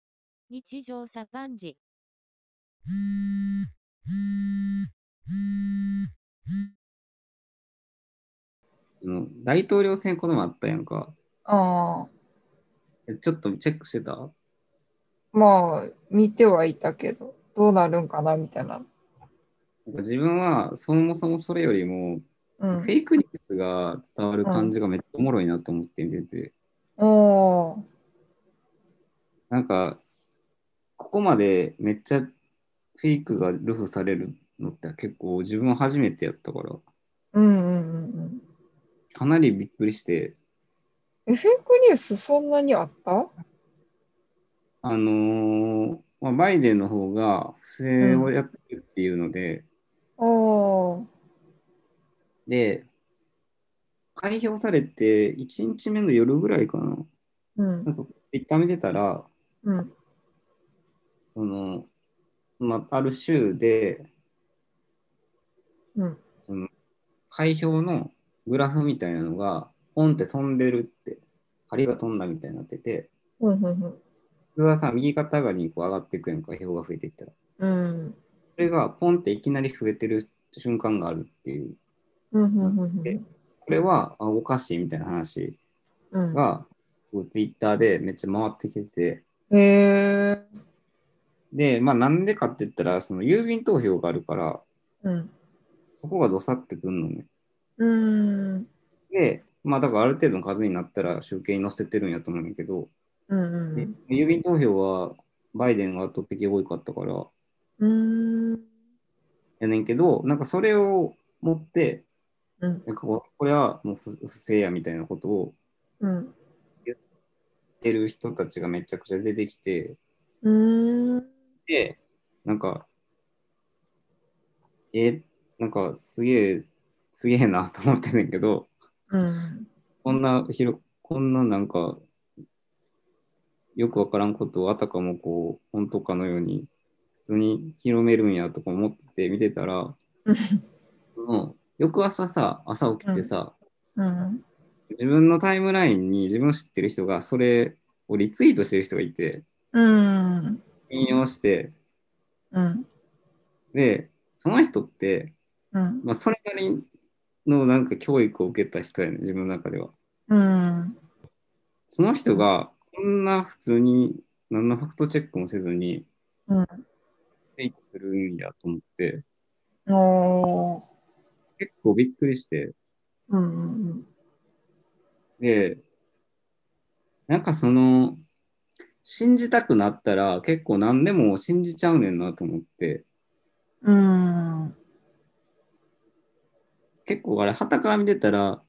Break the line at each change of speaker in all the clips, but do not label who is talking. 日常茶飯事。
あの大統領選この前あったやんか。
ああ、
えちょっとチェックしてた
まあ、見てはいたけど、どうなるんかなみたいな。
なんか自分はそもそもそれよりも、
う
フェ
ん。
イクニュースが伝わる感じがめっちゃおもろいなと思って見てて、
おー
なんかここまでめっちゃフェイクがルフされるのって結構自分初めてやったから
うんうんうんうん。
かなりびっくりして
え、フェイクニュースそんなにあった
あのーまあ、バイデンの方が不正をやってるっていうので、
おー
で開票されて1日目の夜ぐらいかな
うん
なんか一旦見てたら
うん
その、まあ、ある州で
うん。
その開票のグラフみたいなのがポンって飛んでるって針が飛んだみたいになってて
うんうん
それはさ右肩上がりにこう上がっていくやんか票が増えていったら
うん。うん
それがポンっていきなり増えてる瞬間があるっていう
うんうんうんうん
これはあおかしいみたいな話
うん
がすごいツイッターでめっちゃ回ってきてて
へえ。
でまあなんでかって言ったらその郵便投票があるから
うん。
そこがどさってくんのね
うん。
で、まあだからある程度の数になったら集計に載せてるんやと思うんだけど、
うん
で郵便投票はバイデンが圧倒的に多かったから、
うん。うん。
やねんけど、なんかそれを持って、
うん。
なんかここれはもう不不正やみたいなことを
うん。
言ってる人たちがめちゃくちゃ出てきて、
うん。
で、なんか、え、なんかすげえ、すげえなと思ってんねんけど、
うん。
こんな広、こんななんか、よくわからんことをあたかもこう、本当かのように、普通に広めるんやとか思って見てたら、その翌朝さ、朝起きてさ、
うん。
自分のタイムラインに自分知ってる人が、それをリツイートしてる人がいて、
うん。
引用して、
うん。
で、その人って、
うん。
まあ、それなりのなんか教育を受けた人やね自分の中では。
うん。
その人が、こんな普通に何のファクトチェックもせずに、
うん
ツイートするんやと思って、
おー
結構びっくりして、
うん。
で、なんかその、信じたくなったら結構何でも信じちゃうねんなと思って、
うん。うん。
結構あれ、旗から見てたら、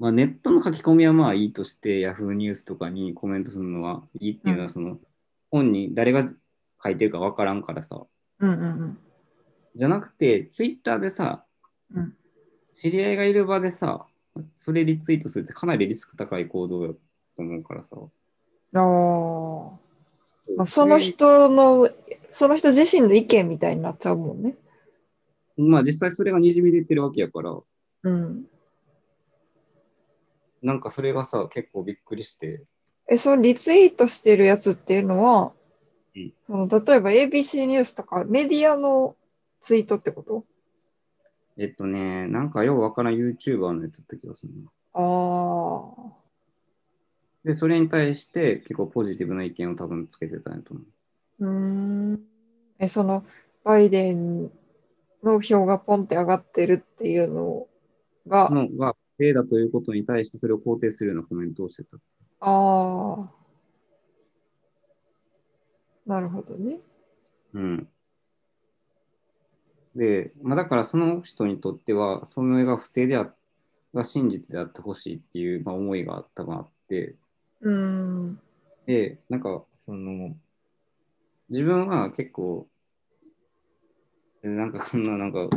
まあ、ネットの書き込みはまあいいとして、Yahoo ニュースとかにコメントするのはいいっていうの
う
は、
ん
その、本に誰が書いてるかわからんからさ、
うん。うん。
じゃなくて、ツイッターでさ、
うん
知り合いがいる場でさ、それリツイートするってかなりリスク高い行動だと思うからさ。
ああ。まあ、その人の、その人自身の意見みたいになっちゃうもんね。
まあ実際それがにじみ出てるわけやから、
うん。
なんかそれがさ、結構びっくりして。
え、そのリツイートしてるやつっていうのは、
うん
その例えば ABC ニュースとかメディアのツイートってこと
えっとね、なんかようわからん YouTuber のやつだった気がするな。
ああ。
で、それに対して結構ポジティブな意見を多分つけてたんやと思う。
うーん。え、そのバイデンの票がポンって上がってるっていうのが、あ
のが、例だということに対してそれを肯定するようなコメントをしてた。
あ。なるほどね。
うん。で、まあ、だからその人にとっては、その絵が不正であっが真実であってほしいっていう、まあ、思いが多分あって、
うーん。
で、なんか、その、自分は結構、えなんかこんな、なんか、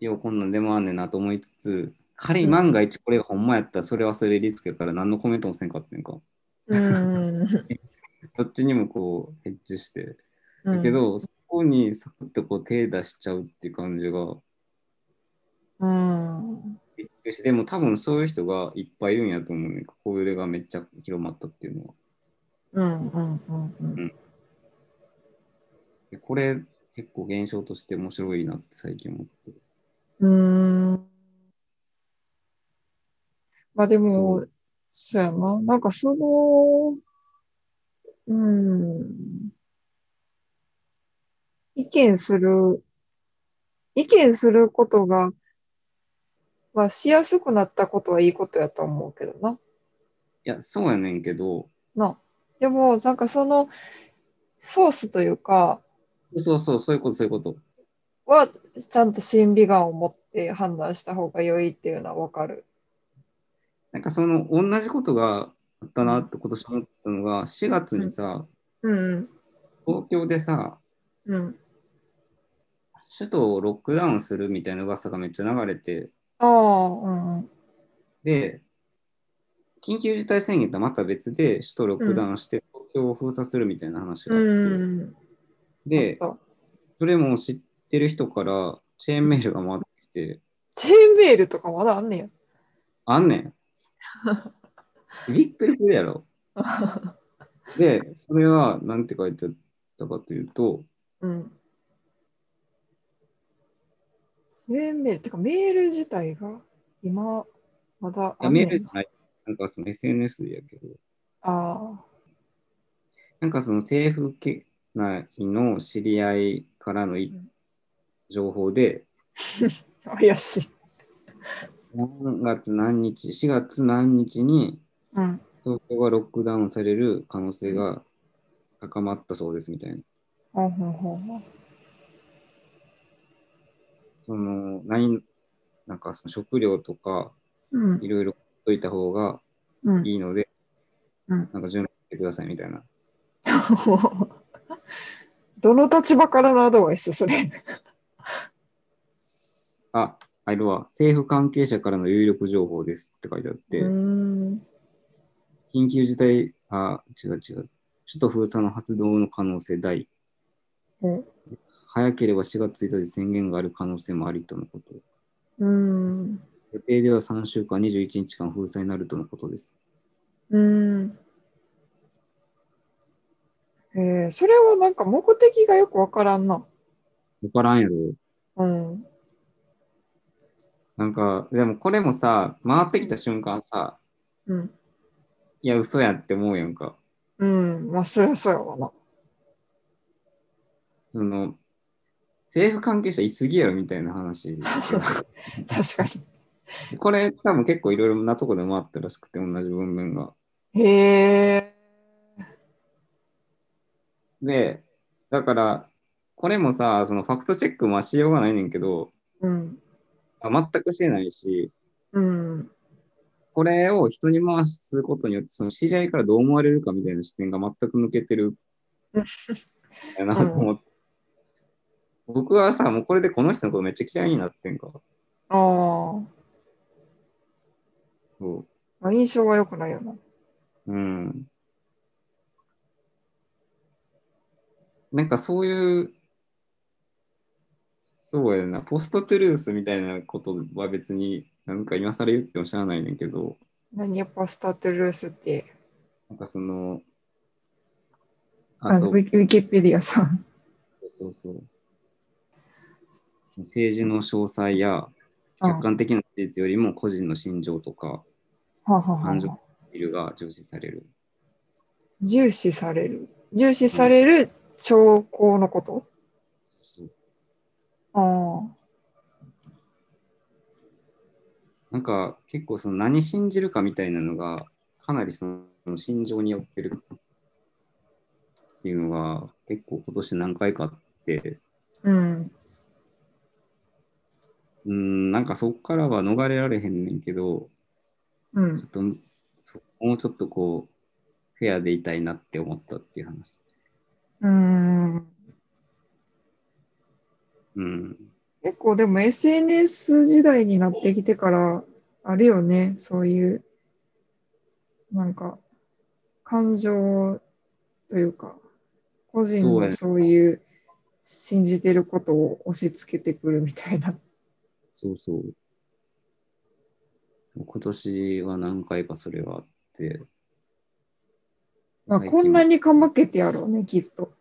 ようこんなんでもあんねんなと思いつつ、仮に万が一これがほんまやったら、それはそれリスクやから何のコメントもせんかってんか。
うーん。
どっちにもこう、ヘッジして。
う
だ
ん
け、ど、そこにサクッとこう手出しちゃうっていう感じが
うん。
びっくりして、でも多分そういう人がいっぱいいるんやと思うね。こういうれがめっちゃ広まったっていうのは。
うんうんうんうん。
でこれ結構現象として面白いなって最近思ってる。
うーん。まあで
そ
も
う、
そうやな。なんかその、うん。意見する、意見することが、まあしやすくなったことはいいことやと思うけどな。
いや、そうやねんけど、
な。でも、なんかその、ソースというか、
そうそう、そういうこと、そういうこと。
は、ちゃんと審美眼を持って判断した方が良いっていうのはわかる。
なんかその同じことがあったなって今年思ってたのが、4月にさ、
うん
東京でさ、
うん。うん。
首都をロックダウンするみたいな噂がめっちゃ流れて、
ああ、うんうん。
で、緊急事態宣言とはまた別で、首都ロックダウンして、東京を封鎖するみたいな話があって、
うん。
で、
あった
それも知ってる人からチェーンメールが回ってきて、
チェーンメールとかまだあんねや。
あんねん。びっくりするや ろ。で、それはなんて書いてあったかというと、
うん。チェーンメール、てかメール自体が今、まだ
い
あ
や
んね
メ
ん
ールじゃない、なんかその SNS やけど、
あ
なんかその政府系内の知り合いからのい
うん
情報で、
あ、怪しい。
何月何日、4月何日に
うん。
東京がロックダウンされる可能性が高まったそうですみたいな。
ほんほんほんほん。
その、何、なんかその食料とか
うん
い。ろいろ買っといた方が
うん。
いいので、
うん
なんか準備してくださいみたいな。
どの立場からのアドバイスそれ。
あ、あれは政府関係者からの有力情報ですって書いてあって、
うーん。
緊急事態、あ、違う違う、首都封鎖の発動の可能性大。
うん
早ければ4月1日宣言がある可能性もありとのこと。
うん。
予定では3週間21日間封鎖になるとのことです。
うん。えー、それはなんか目的がよくわからんな。
わからんやろ。
うん。
なんか、でもこれもさ、回ってきた瞬間さ、
うん。
いや、嘘やって思うやんか。
うん。まあ、そりゃそうやわな。
その、政府関係者いすぎやろみたいな話。
確か
これ多分結構いろいろなとこで回ったらしくて、同じ文面が。
に。へえ。
で、だから、これもさ、そのファクトチェックもしようがないねんけど、
うん。
あ全くしてないし、
うん。
これを人に回すことによって、その知り合いからどう思われるかみたいな視点が全く抜けてる
うん。
やなと思って。僕はさ、もうこれでこの人のことめっちゃ嫌いになってんか。
ああ。
そ
まあ、印象は良くないよな。
う。うん。なんかそういう、そうやな、ポストトゥルースみたいなことは別に、なんか今更言ってもしゃあないねんけど、
何やっぱスタートルースって。
なんかその、
あ
あ、そう
ウィキウィキペディアさん。
そうそう。政治の詳細や
うん
客観的な事実よりも個人の心情とか
はあはあはあ
感情ビルが重視される。
重視される。重視される兆候のこと、
そう
あ
なんか結構その何信じるかみたいなのがかなりそのその心情によってるっていうのが結構今年何回かあって、
あ。うん。
うん、なんかそこからは逃れられへんねんけど、
う
ちょ
ん。
っとそうもうちょっとこう、フェアでいたいなって思ったっていう話。
うん。
うん。
結構でも SNS 時代になってきてからあるよね、そういう、なんか、感情というか、個人
そうや
の
ね
そういう信じてることを押し付けてくるみたいな。
そうそう。そう今年は何回かそれはあって、
まあ
最近
こんなにかまけてやろうね、きっと。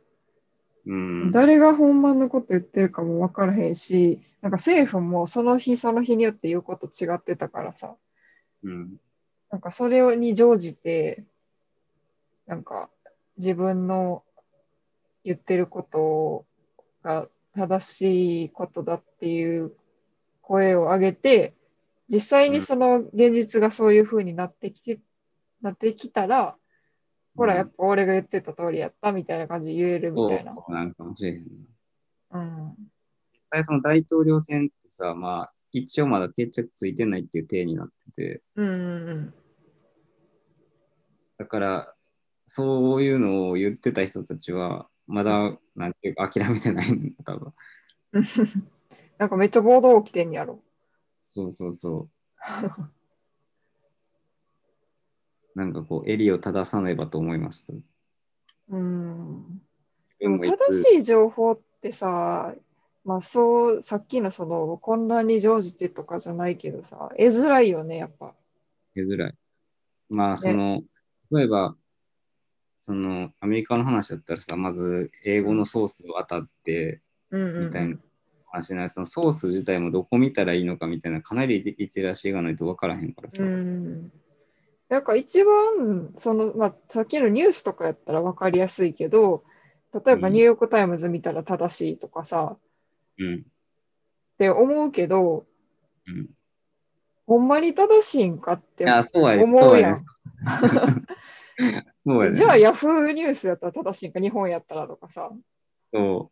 うん。
誰が本番のこと言ってるかも分からへんし、なんか政府もその日その日によって言うこと違ってたからさ、
うん。
なんかそれに乗じて、なんか自分の言ってることが正しいことだっていう声を上げて、実際にその現実がそういう風になってきて、なってきたら、ほら、やっぱ俺が言ってた通りやったみたいな感じで言えるみたいな。
そうなんかもしれへんな。
うん。
実際その大統領選ってさ、まあ、一応まだ定着ついてないっていう体になってて、
うんうんうん。
だから、そういうのを言ってた人たちは、まだ、なんていうか、諦めてないんだ、多分。
なんかめっちゃ暴動起きてんや ろ。
そうそうそう。なんかこう、襟を正さねばと思いました。
うん。で
で
も
もいつ
正しい情報ってさ、まあそう、さっきのその混乱に乗じてとかじゃないけどさ、得づらいよね、やっぱ。
出づらい。まあ、その、例えば、その、アメリカの話だったらさ、まず、英語のソースを当たって、
うんうん、
みたいな話になる、そのソース自体もどこ見たらいいのかみたいな、かなりリテラシーがないと分からへんからさ。
うん。なんか一番、その、まあさっきのニュースとかやったら分かりやすいけど、例えば
うん
ニューヨークタイムズ見たら正しいとかさ、
うん。
って思うけど、
うん。い
ほんまに正しいんかって
や、そうやね。
思うやん
そうやね そうやね。
じゃあ、ヤフーニュースやったら正しいんか、日本やったらとかさ。
そ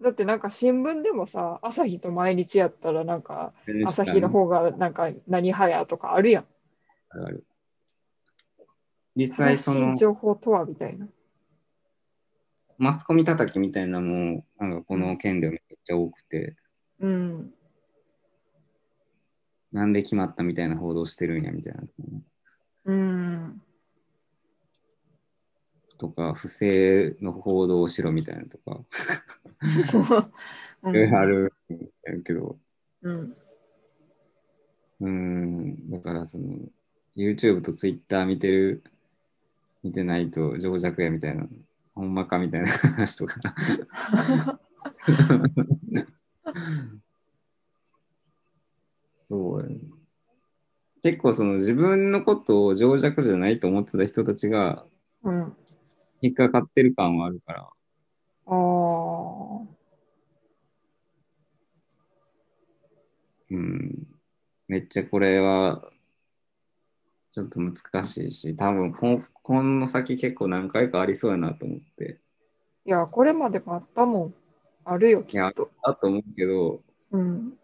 だってなんか新聞でもさ、朝日と毎日やったらなんか、
う。
朝日の方がなんか何派やとかあるやん。
ある。実際、
正
そ
し
の
い、情報とはみたいな。
マスコミ叩きみたいなのも、なんかこの件ではめっちゃ多くて、
うん。
なんで決まったみたいな報道してるんやみたいな。
うん。
とか、不正の報道をしろみたいなとか、
う
いろいろ
ん
あるんやけど、
うん。
うーん、だからその、YouTube と Twitter 見てる、見てないと情弱やみたいな、ほんまかみたいな話とか。そうやね結構その自分のことを情弱じゃないと思ってた人たちが
うん。
引っかかってる感はあるから、
ああ。
うん、めっちゃこれはちょっと難しいし、多分こんこの先結構何回かありそうやなと思って、
いや、これまでもあったもん。あるよ、きっと。
あと思うけど、
うん。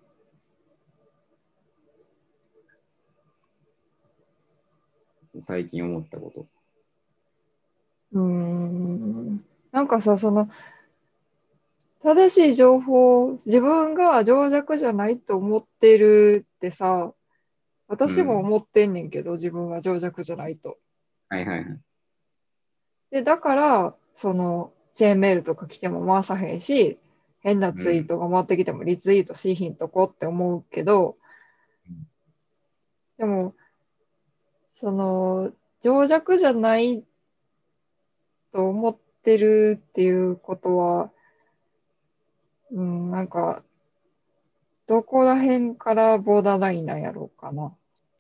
そう最近思ったこと。
うん。なんかさ、その、正しい情報、自分が情弱じゃないと思ってるってさ、私も思ってんねんけど、自分は情弱じゃないと。
はいはいはい。
で、だから、その、チェーンメールとか来ても回さへんし、変なツイートが回ってきてもリツイートしひんとこって思うけど
うん、
でも、その、情弱じゃないと思ってるっていうことは、うん、なんか、どこら辺からボーダーラインなんやろうかな。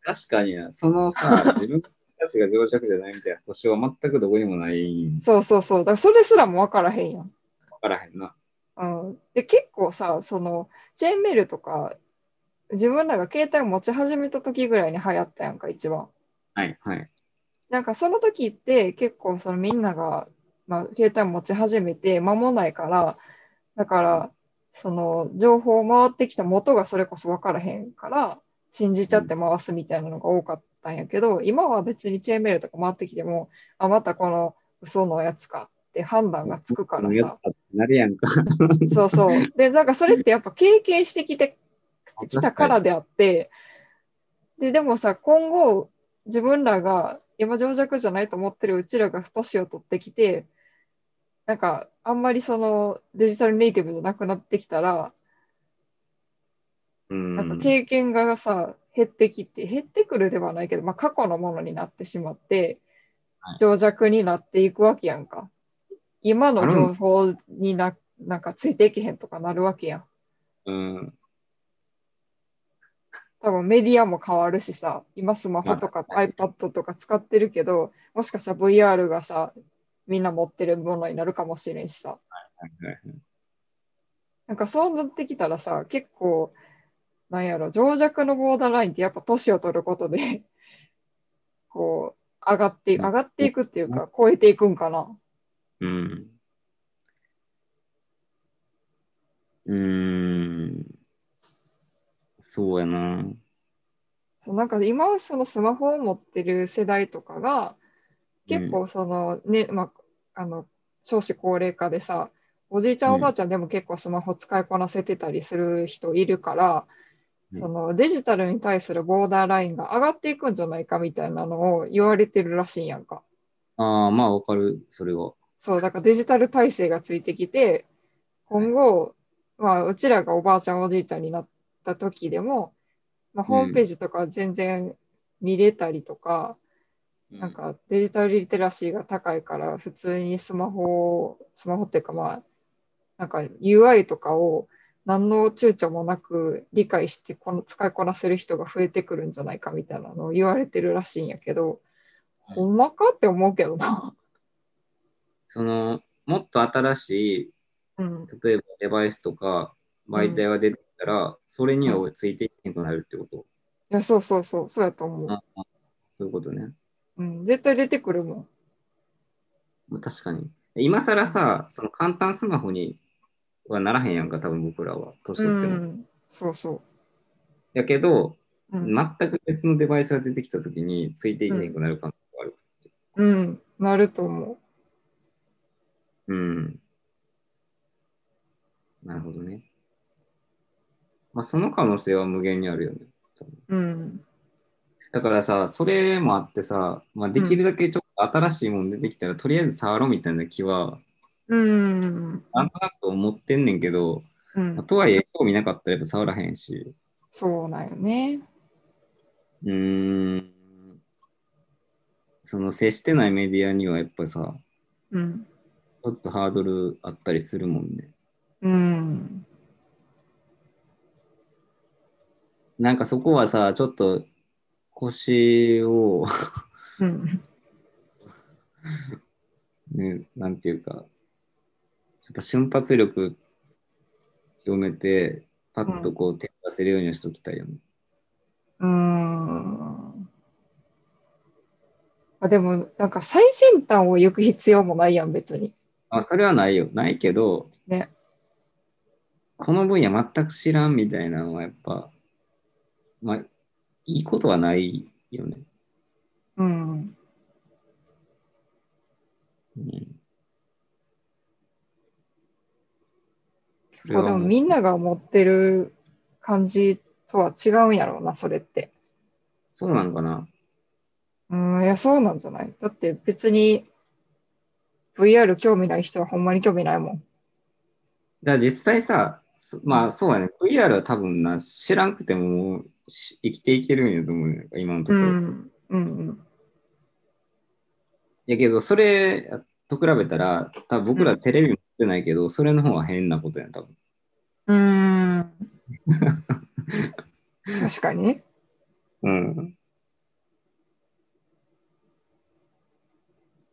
確かにな、その さ、自分たちが情弱じゃないみたいな保証は全くどこにもない
そうそうそう。だからそれすらもわからへんやん。
わからへんな。
うん、で結構さそのチェーンメールとか自分らが携帯を持ち始めた時ぐらいに流行ったやんか一番
はいはい。
なんかその時って結構そのみんなが、まあ、携帯を持ち始めて間もないからだからその情報を回ってきた元がそれこそ分からへんから信じちゃって回すみたいなのが多かったんやけど今は別にチェーンメールとか回ってきてもあまたこの嘘のやつかって判断がつくからさ
やっぱなるやんか。
そう そう。で、なんかそれってやっぱ経験してきてきたからであって、で、でもさ、今後、自分らが、今情弱じゃないと思ってるうちらが年を取ってきて、なんか、あんまりそのデジタルネイティブじゃなくなってきたら、
うん
なんか経験がさ、減ってきて、減ってくるではないけど、まあ、過去のものになってしまって
はい、
情弱になっていくわけやんか。今の情報にななんかついていけへんとかなるわけやん。
うん。
多分メディアも変わるしさ、今スマホとか
は
iPad とか使ってるけど、もしかしたら VR がさ、みんな持ってるものになるかもしれんしさ。
はいはいはい
なんかそうなってきたらさ、結構、なんやろ、情弱のボーダーラインってやっぱ年を取ることで、こう、上がって、
うん
上がっていくっていうか、超えていくんかな。
うん。うーん。そうやな。
そうなんか今、そのスマホを持ってる世代とかが、結
うん
構そのね、まあ、あの、少子高齢化でさ、おじいちゃん
うん
おばあちゃんでも結構スマホ使いこなせてたりする人いるから、
うん
そのデジタルに対するボーダーラインが上がっていくんじゃないかみたいなのを言われてるらしいやんか。
ああ、まあわかる、それは。
そう、だからデジタル体制がついてきて、今後、まあ、うちらがおばあちゃん、おじいちゃんになった時でも、まあ、
うん
ホームページとか全然見れたりとか、なんかデジタルリテラシーが高いから、普通にスマホを、スマホっていうかまあ、なんか UI とかを何の躊躇もなく理解してこの使いこなせる人が増えてくるんじゃないかみたいなのを言われてるらしいんやけど、ほんまかって思うけどな。
その、もっと新しい、
うん。
例えばデバイスとか媒体が出てきたら、それには追いついていけなくなるってこと。
いや、そうそうそう、そうやと思う。
ああそういうことね。
うん、絶対出てくるもん。
まあ確かに。今更さ、その簡単スマホにはならへんやんか、多分僕らは。年取っても。
そうそ
やけど、
う。うん、
全く別のデバイスが出てきたときについていけなくなる可能性がある。
うん、なると思
う
う。
ん。なるほどね。まあ、その可能性は無限にあるよね。
うん、
だからさ、それもあってさ、まあ、できるだけちょっと新しいもの出てきたら、とりあえず触ろうみたいな気は、
うん、
なんとなく思ってんねんけど、
う
まあ
ん、
とはいえ、興味なかったらやっぱ触らへんし。
そうなんよね。
うーん。その接してないメディアにはやっぱさ、
うん、
ちょっとハードルあったりするもんね。
うん、
なんかそこはさ、ちょっと腰を、
うん、
ね、なんていうか、やっぱ瞬発力強めて、パッとこう手を出せるようにはしときたいよね。
うん。あでも、なんか最先端を行く必要もないやん、別に。
あ、それはないよ。ないけど、
ね。
この分野全く知らんみたいなのはやっぱ、まあ、いいことはないよね。
うん、
うん。それ
こ
は
うでも
もう
みんなが思ってる感じとは違うんやろうな、それって。
そうなのかな
うん、いや、そうなんじゃないだって別に VR 興味ない人はほんまに興味ないもん。
だから実際さ、そまあそうやね、VR は多分な、知らんくてももうし生きていけるんやと思うねんか、今のと
う
ころ。
ん、うん、
やけど、それと比べたら、多分僕らテレビ持ってないけど、それの方が変なことやん、多分。
うん。 うん。確かにね。
うん。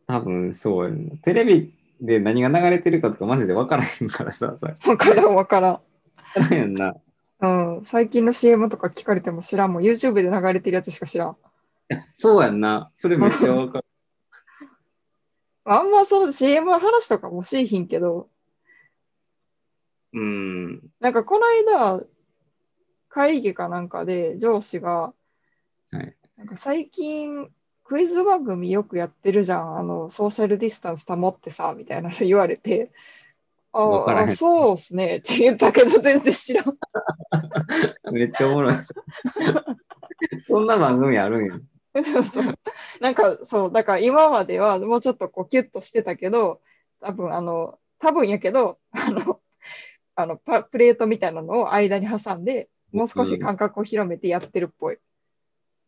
多分そうやねテレビで何が流れてるかとかマジで分からへんからさ、さ
わからんわから
分からへんな。
ん。うん、最近の CM とか聞かれても知らんもん。YouTube で流れてるやつしか知らん。
そうやんな。それめっちゃ分かる。
あんまその CM の話とかもしいひんけど、
うん。
なんかこの間、会議かなんかで上司が、
はい
なんか最近クイズ番組よくやってるじゃん、あのソーシャルディスタンス保ってさ、みたいなの言われて、あ
わからへん
あ、そうっすねって言ったけど全然知らん。
めっちゃおもろ い。そんな番組あるんや。
そうなんかそう、だから今まではもうちょっとこうキュッとしてたけど、多分あの、多分やけど、あの、あのパプレートみたいなのを間に挟んで、もう少し間隔を広めてやってるっぽい。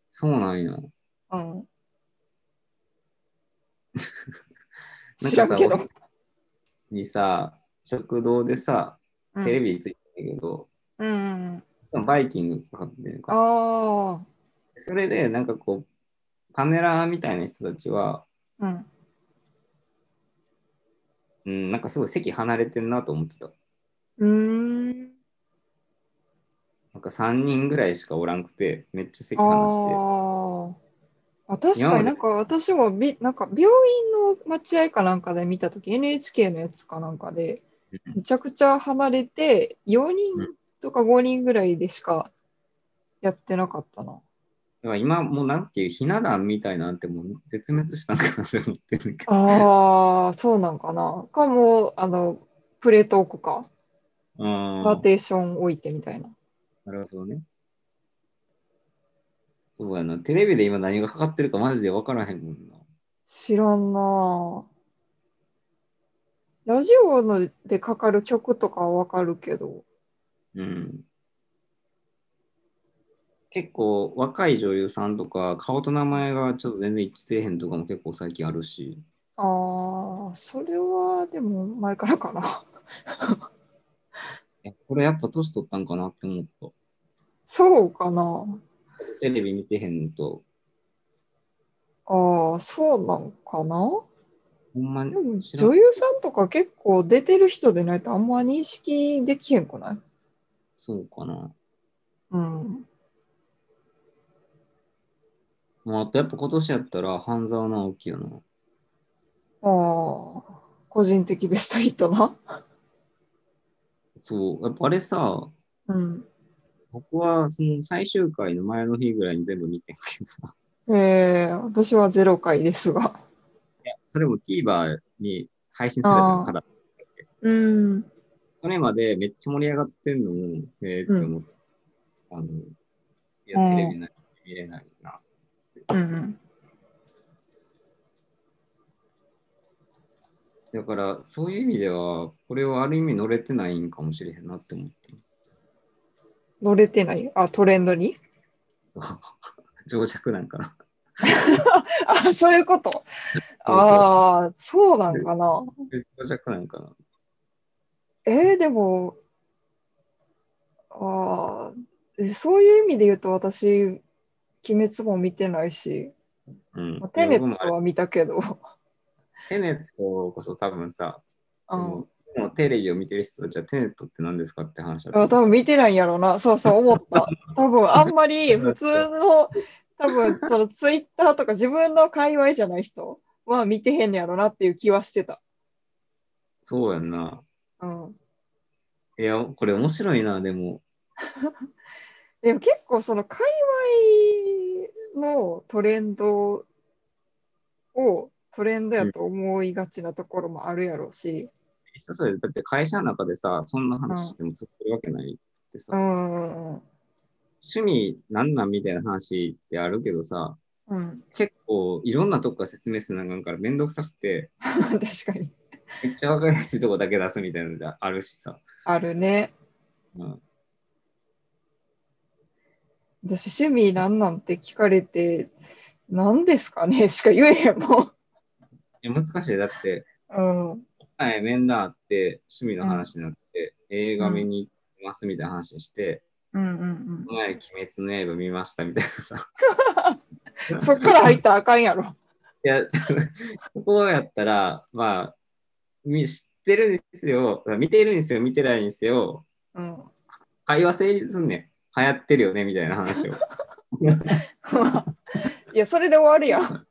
そう なんや。
うん。
さ
知らんけど。
にさ、食堂でさ、
うん
テレビついてるけど、
うんうんうん。
バイキングかかってるから。
あ
それで、なんかこう、パネラーみたいな人たちは、
あ。うん。
うん、なんかすごい席離れてんなと思ってた。
うーん。
なんか3人ぐらいしかおらんくて、めっちゃ席
あ
離して。
あ。あ確
今
か
ま
に
で
なんか私もび、なんか病院の待合かなんかで見たとき、NHK のやつかなんかで
うん、
めちゃくちゃ離れて、4人
うん
とか5人ぐらいでしかやってなかったな。
だから今、もうなんていう、ひな壇みたいなんてもう絶滅したんかなって思ってる けど。
ああ、そうなんかな。かもう、あの、プレート置くか、
うん
パーテーション置いてみたいな。
なるほどね。そうやな。テレビで今何がかかってるかマジで分からへんもんな。
知らんなあラジオのでかかる曲とかはわかるけど。
うん。結構若い女優さんとか顔と名前がちょっと全然一致せえへんとかも結構最近あるし。
ああ、それはでも前からかな。
いやこれやっぱ年取ったんかなって思っ
そうかな。
た。テレビ見てへんのと、
ああ、そうなんかな。
ほんまに
でも
知らん
女優さんとか結構出てる人でないとあんま認識できへんくない
そうかな。
うん。
まあ、あとやっぱ今年やったら半沢直樹やな。
ああ、個人的ベストヒットな。
そう。やっぱあれさ、
うん。
僕はその最終回の前の日ぐらいに全部見てんけどさ。
ええ私はゼロ回ですが。
それも TVer に配信されたのから、
うん。
それまでめっちゃ盛り上がってんのも、えー、って思って、あの、いや、テレビな見れないな。
うん。
だから、そういう意味では、これをある意味乗れてないんかもしれへんなって思って。
乗れてないあ、トレンドに
そう。 情弱なんかな。
あ、そういうこと。ああ、そうなんかな。
情弱なんかな。
えーでも、あーえそういう意味で言うと私、鬼滅も見てないし、
うん
まあ。テネ
僕
ッ
もあ
ト
れ
は見たけど、
テネットこそ多分さ、
あ
もうもうテレビを見てる人たちはテネットって何ですかって話だ
あ多分見てないんやろうな、そうそう思った。多分あんまり普通の、多分そのツイッターとか自分の界隈じゃない人は見てへんねやろうなっていう気はしてた。
そうやんな。
うん、
いや、これ面白いな、でも。
でも結構その界隈のトレンドをトレンドやと思いがちなところもあるやろうし、
実際それだって会社の中でさ、そんな話してもするわけないってさ、
うんうん
趣味なんなんみたいな話ってあるけどさ、
うん、
結構いろんなとこから説明するのなんからめんどくさくて、
確かに。
めっちゃわかりやすいとこだけ出すみたいなのがあるしさ。
あるね。
うん、
私、趣味なんなんて聞かれて、何ですかねしか言えへんもん。
いや難しい。だって、
うん。
はい、面談あって、趣味の話になって、映画見に行きますみたいな話して、
うんうん
この前、鬼滅の刃見ましたみたいなさ。
うん。 そっから入ったらあかんやろ。
いや、そこやったら、まあ、み知ってるにせよ、見ているにせよ、見てないにせよ、
うん。
会話成立すんねん。流行ってるよね、みたいな話を。い
いや、それで終わるやん。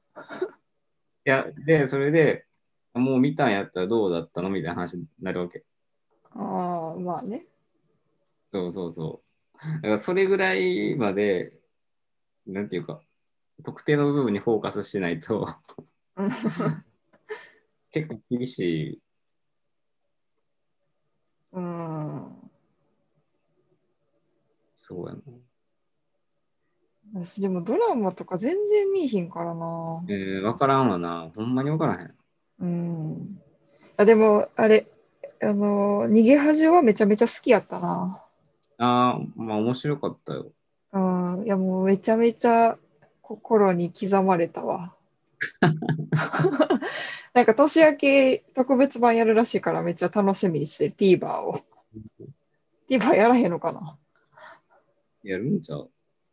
や、で、それで、もう見たんやったらどうだったのみたいな話になるわけ。
ああ、まあね。
そうそうそう。だから、それぐらいまで、なんていうか、特定の部分にフォーカスしないと、
うん
結構厳しい。
うん。
そうやな。
私、でもドラマとか全然見えひんからな。
えー、わからんわな。ほんまにわからへん。
うん。あ、でも、あれ、あの、逃げ恥はめちゃめちゃ好きやったな。
ああ、まあ面白かったよ。
うん、いやもうめちゃめちゃ心に刻まれたわ。なんか年明け特別版やるらしいからめっちゃ楽しみにしてる TVer を。TVer やらへんのかな
やるんちゃう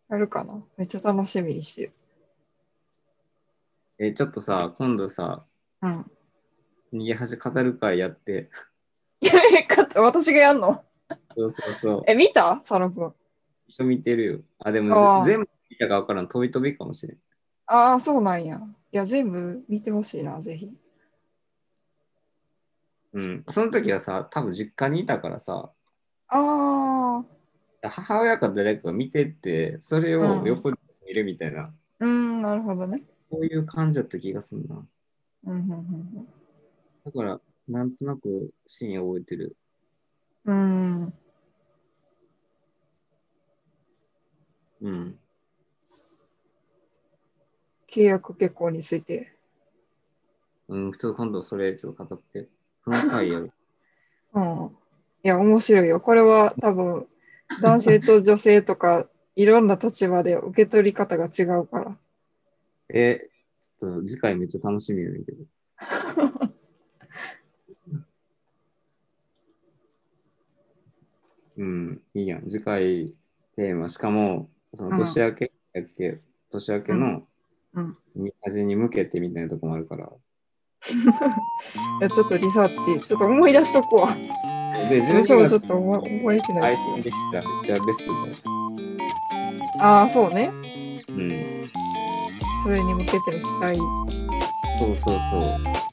やるかなめっちゃ楽しみにしてる。
えーちょっとさ、今度さ、
うん。
逃げ恥語る会やって。
いやいやか私がやんの
そうそうそう。
え、見た佐野くん。
一緒見てるよ。あ、で
あ
も
ー
全部見たか分からん。飛び飛びかもしれん。
ああ、そうなんや。いや、全部見てほしいな、ぜひ。
うん。その時はさ、多分実家にいたからさ、
ああ、
母親か誰かが見てって、それを横で見るみたいな、
うーん、なるほどね。
そういう感じだった気がするな。
うん、うん
だから、なんとなくシーン覚えてる。
うん、うん。うー
う
ん。
ん。
契約結婚について。
うん、ちょっと今度それちょっと語って。この回やる。
うん。いや、面白いよ。これは多分、男性と女性とか、いろんな立場で受け取り方が違うから。
え、ちょっと次回めっちゃ楽しみやねんけ ど。うん、いいやん。次回テーマ、しかも、その
うん
年明けだっけ、年明けの
うん
に味に向けてみたいなとこもあるから。
いや、ちょっとリサーチ、ちょっと思い出しとこわ。
で、12
私もちょっ
月
と思覚えてな
配
い。
信できたらめっちゃベストじゃ
ああ、そうね。
ん。うん。
それに向けての期待。
そうそうそう。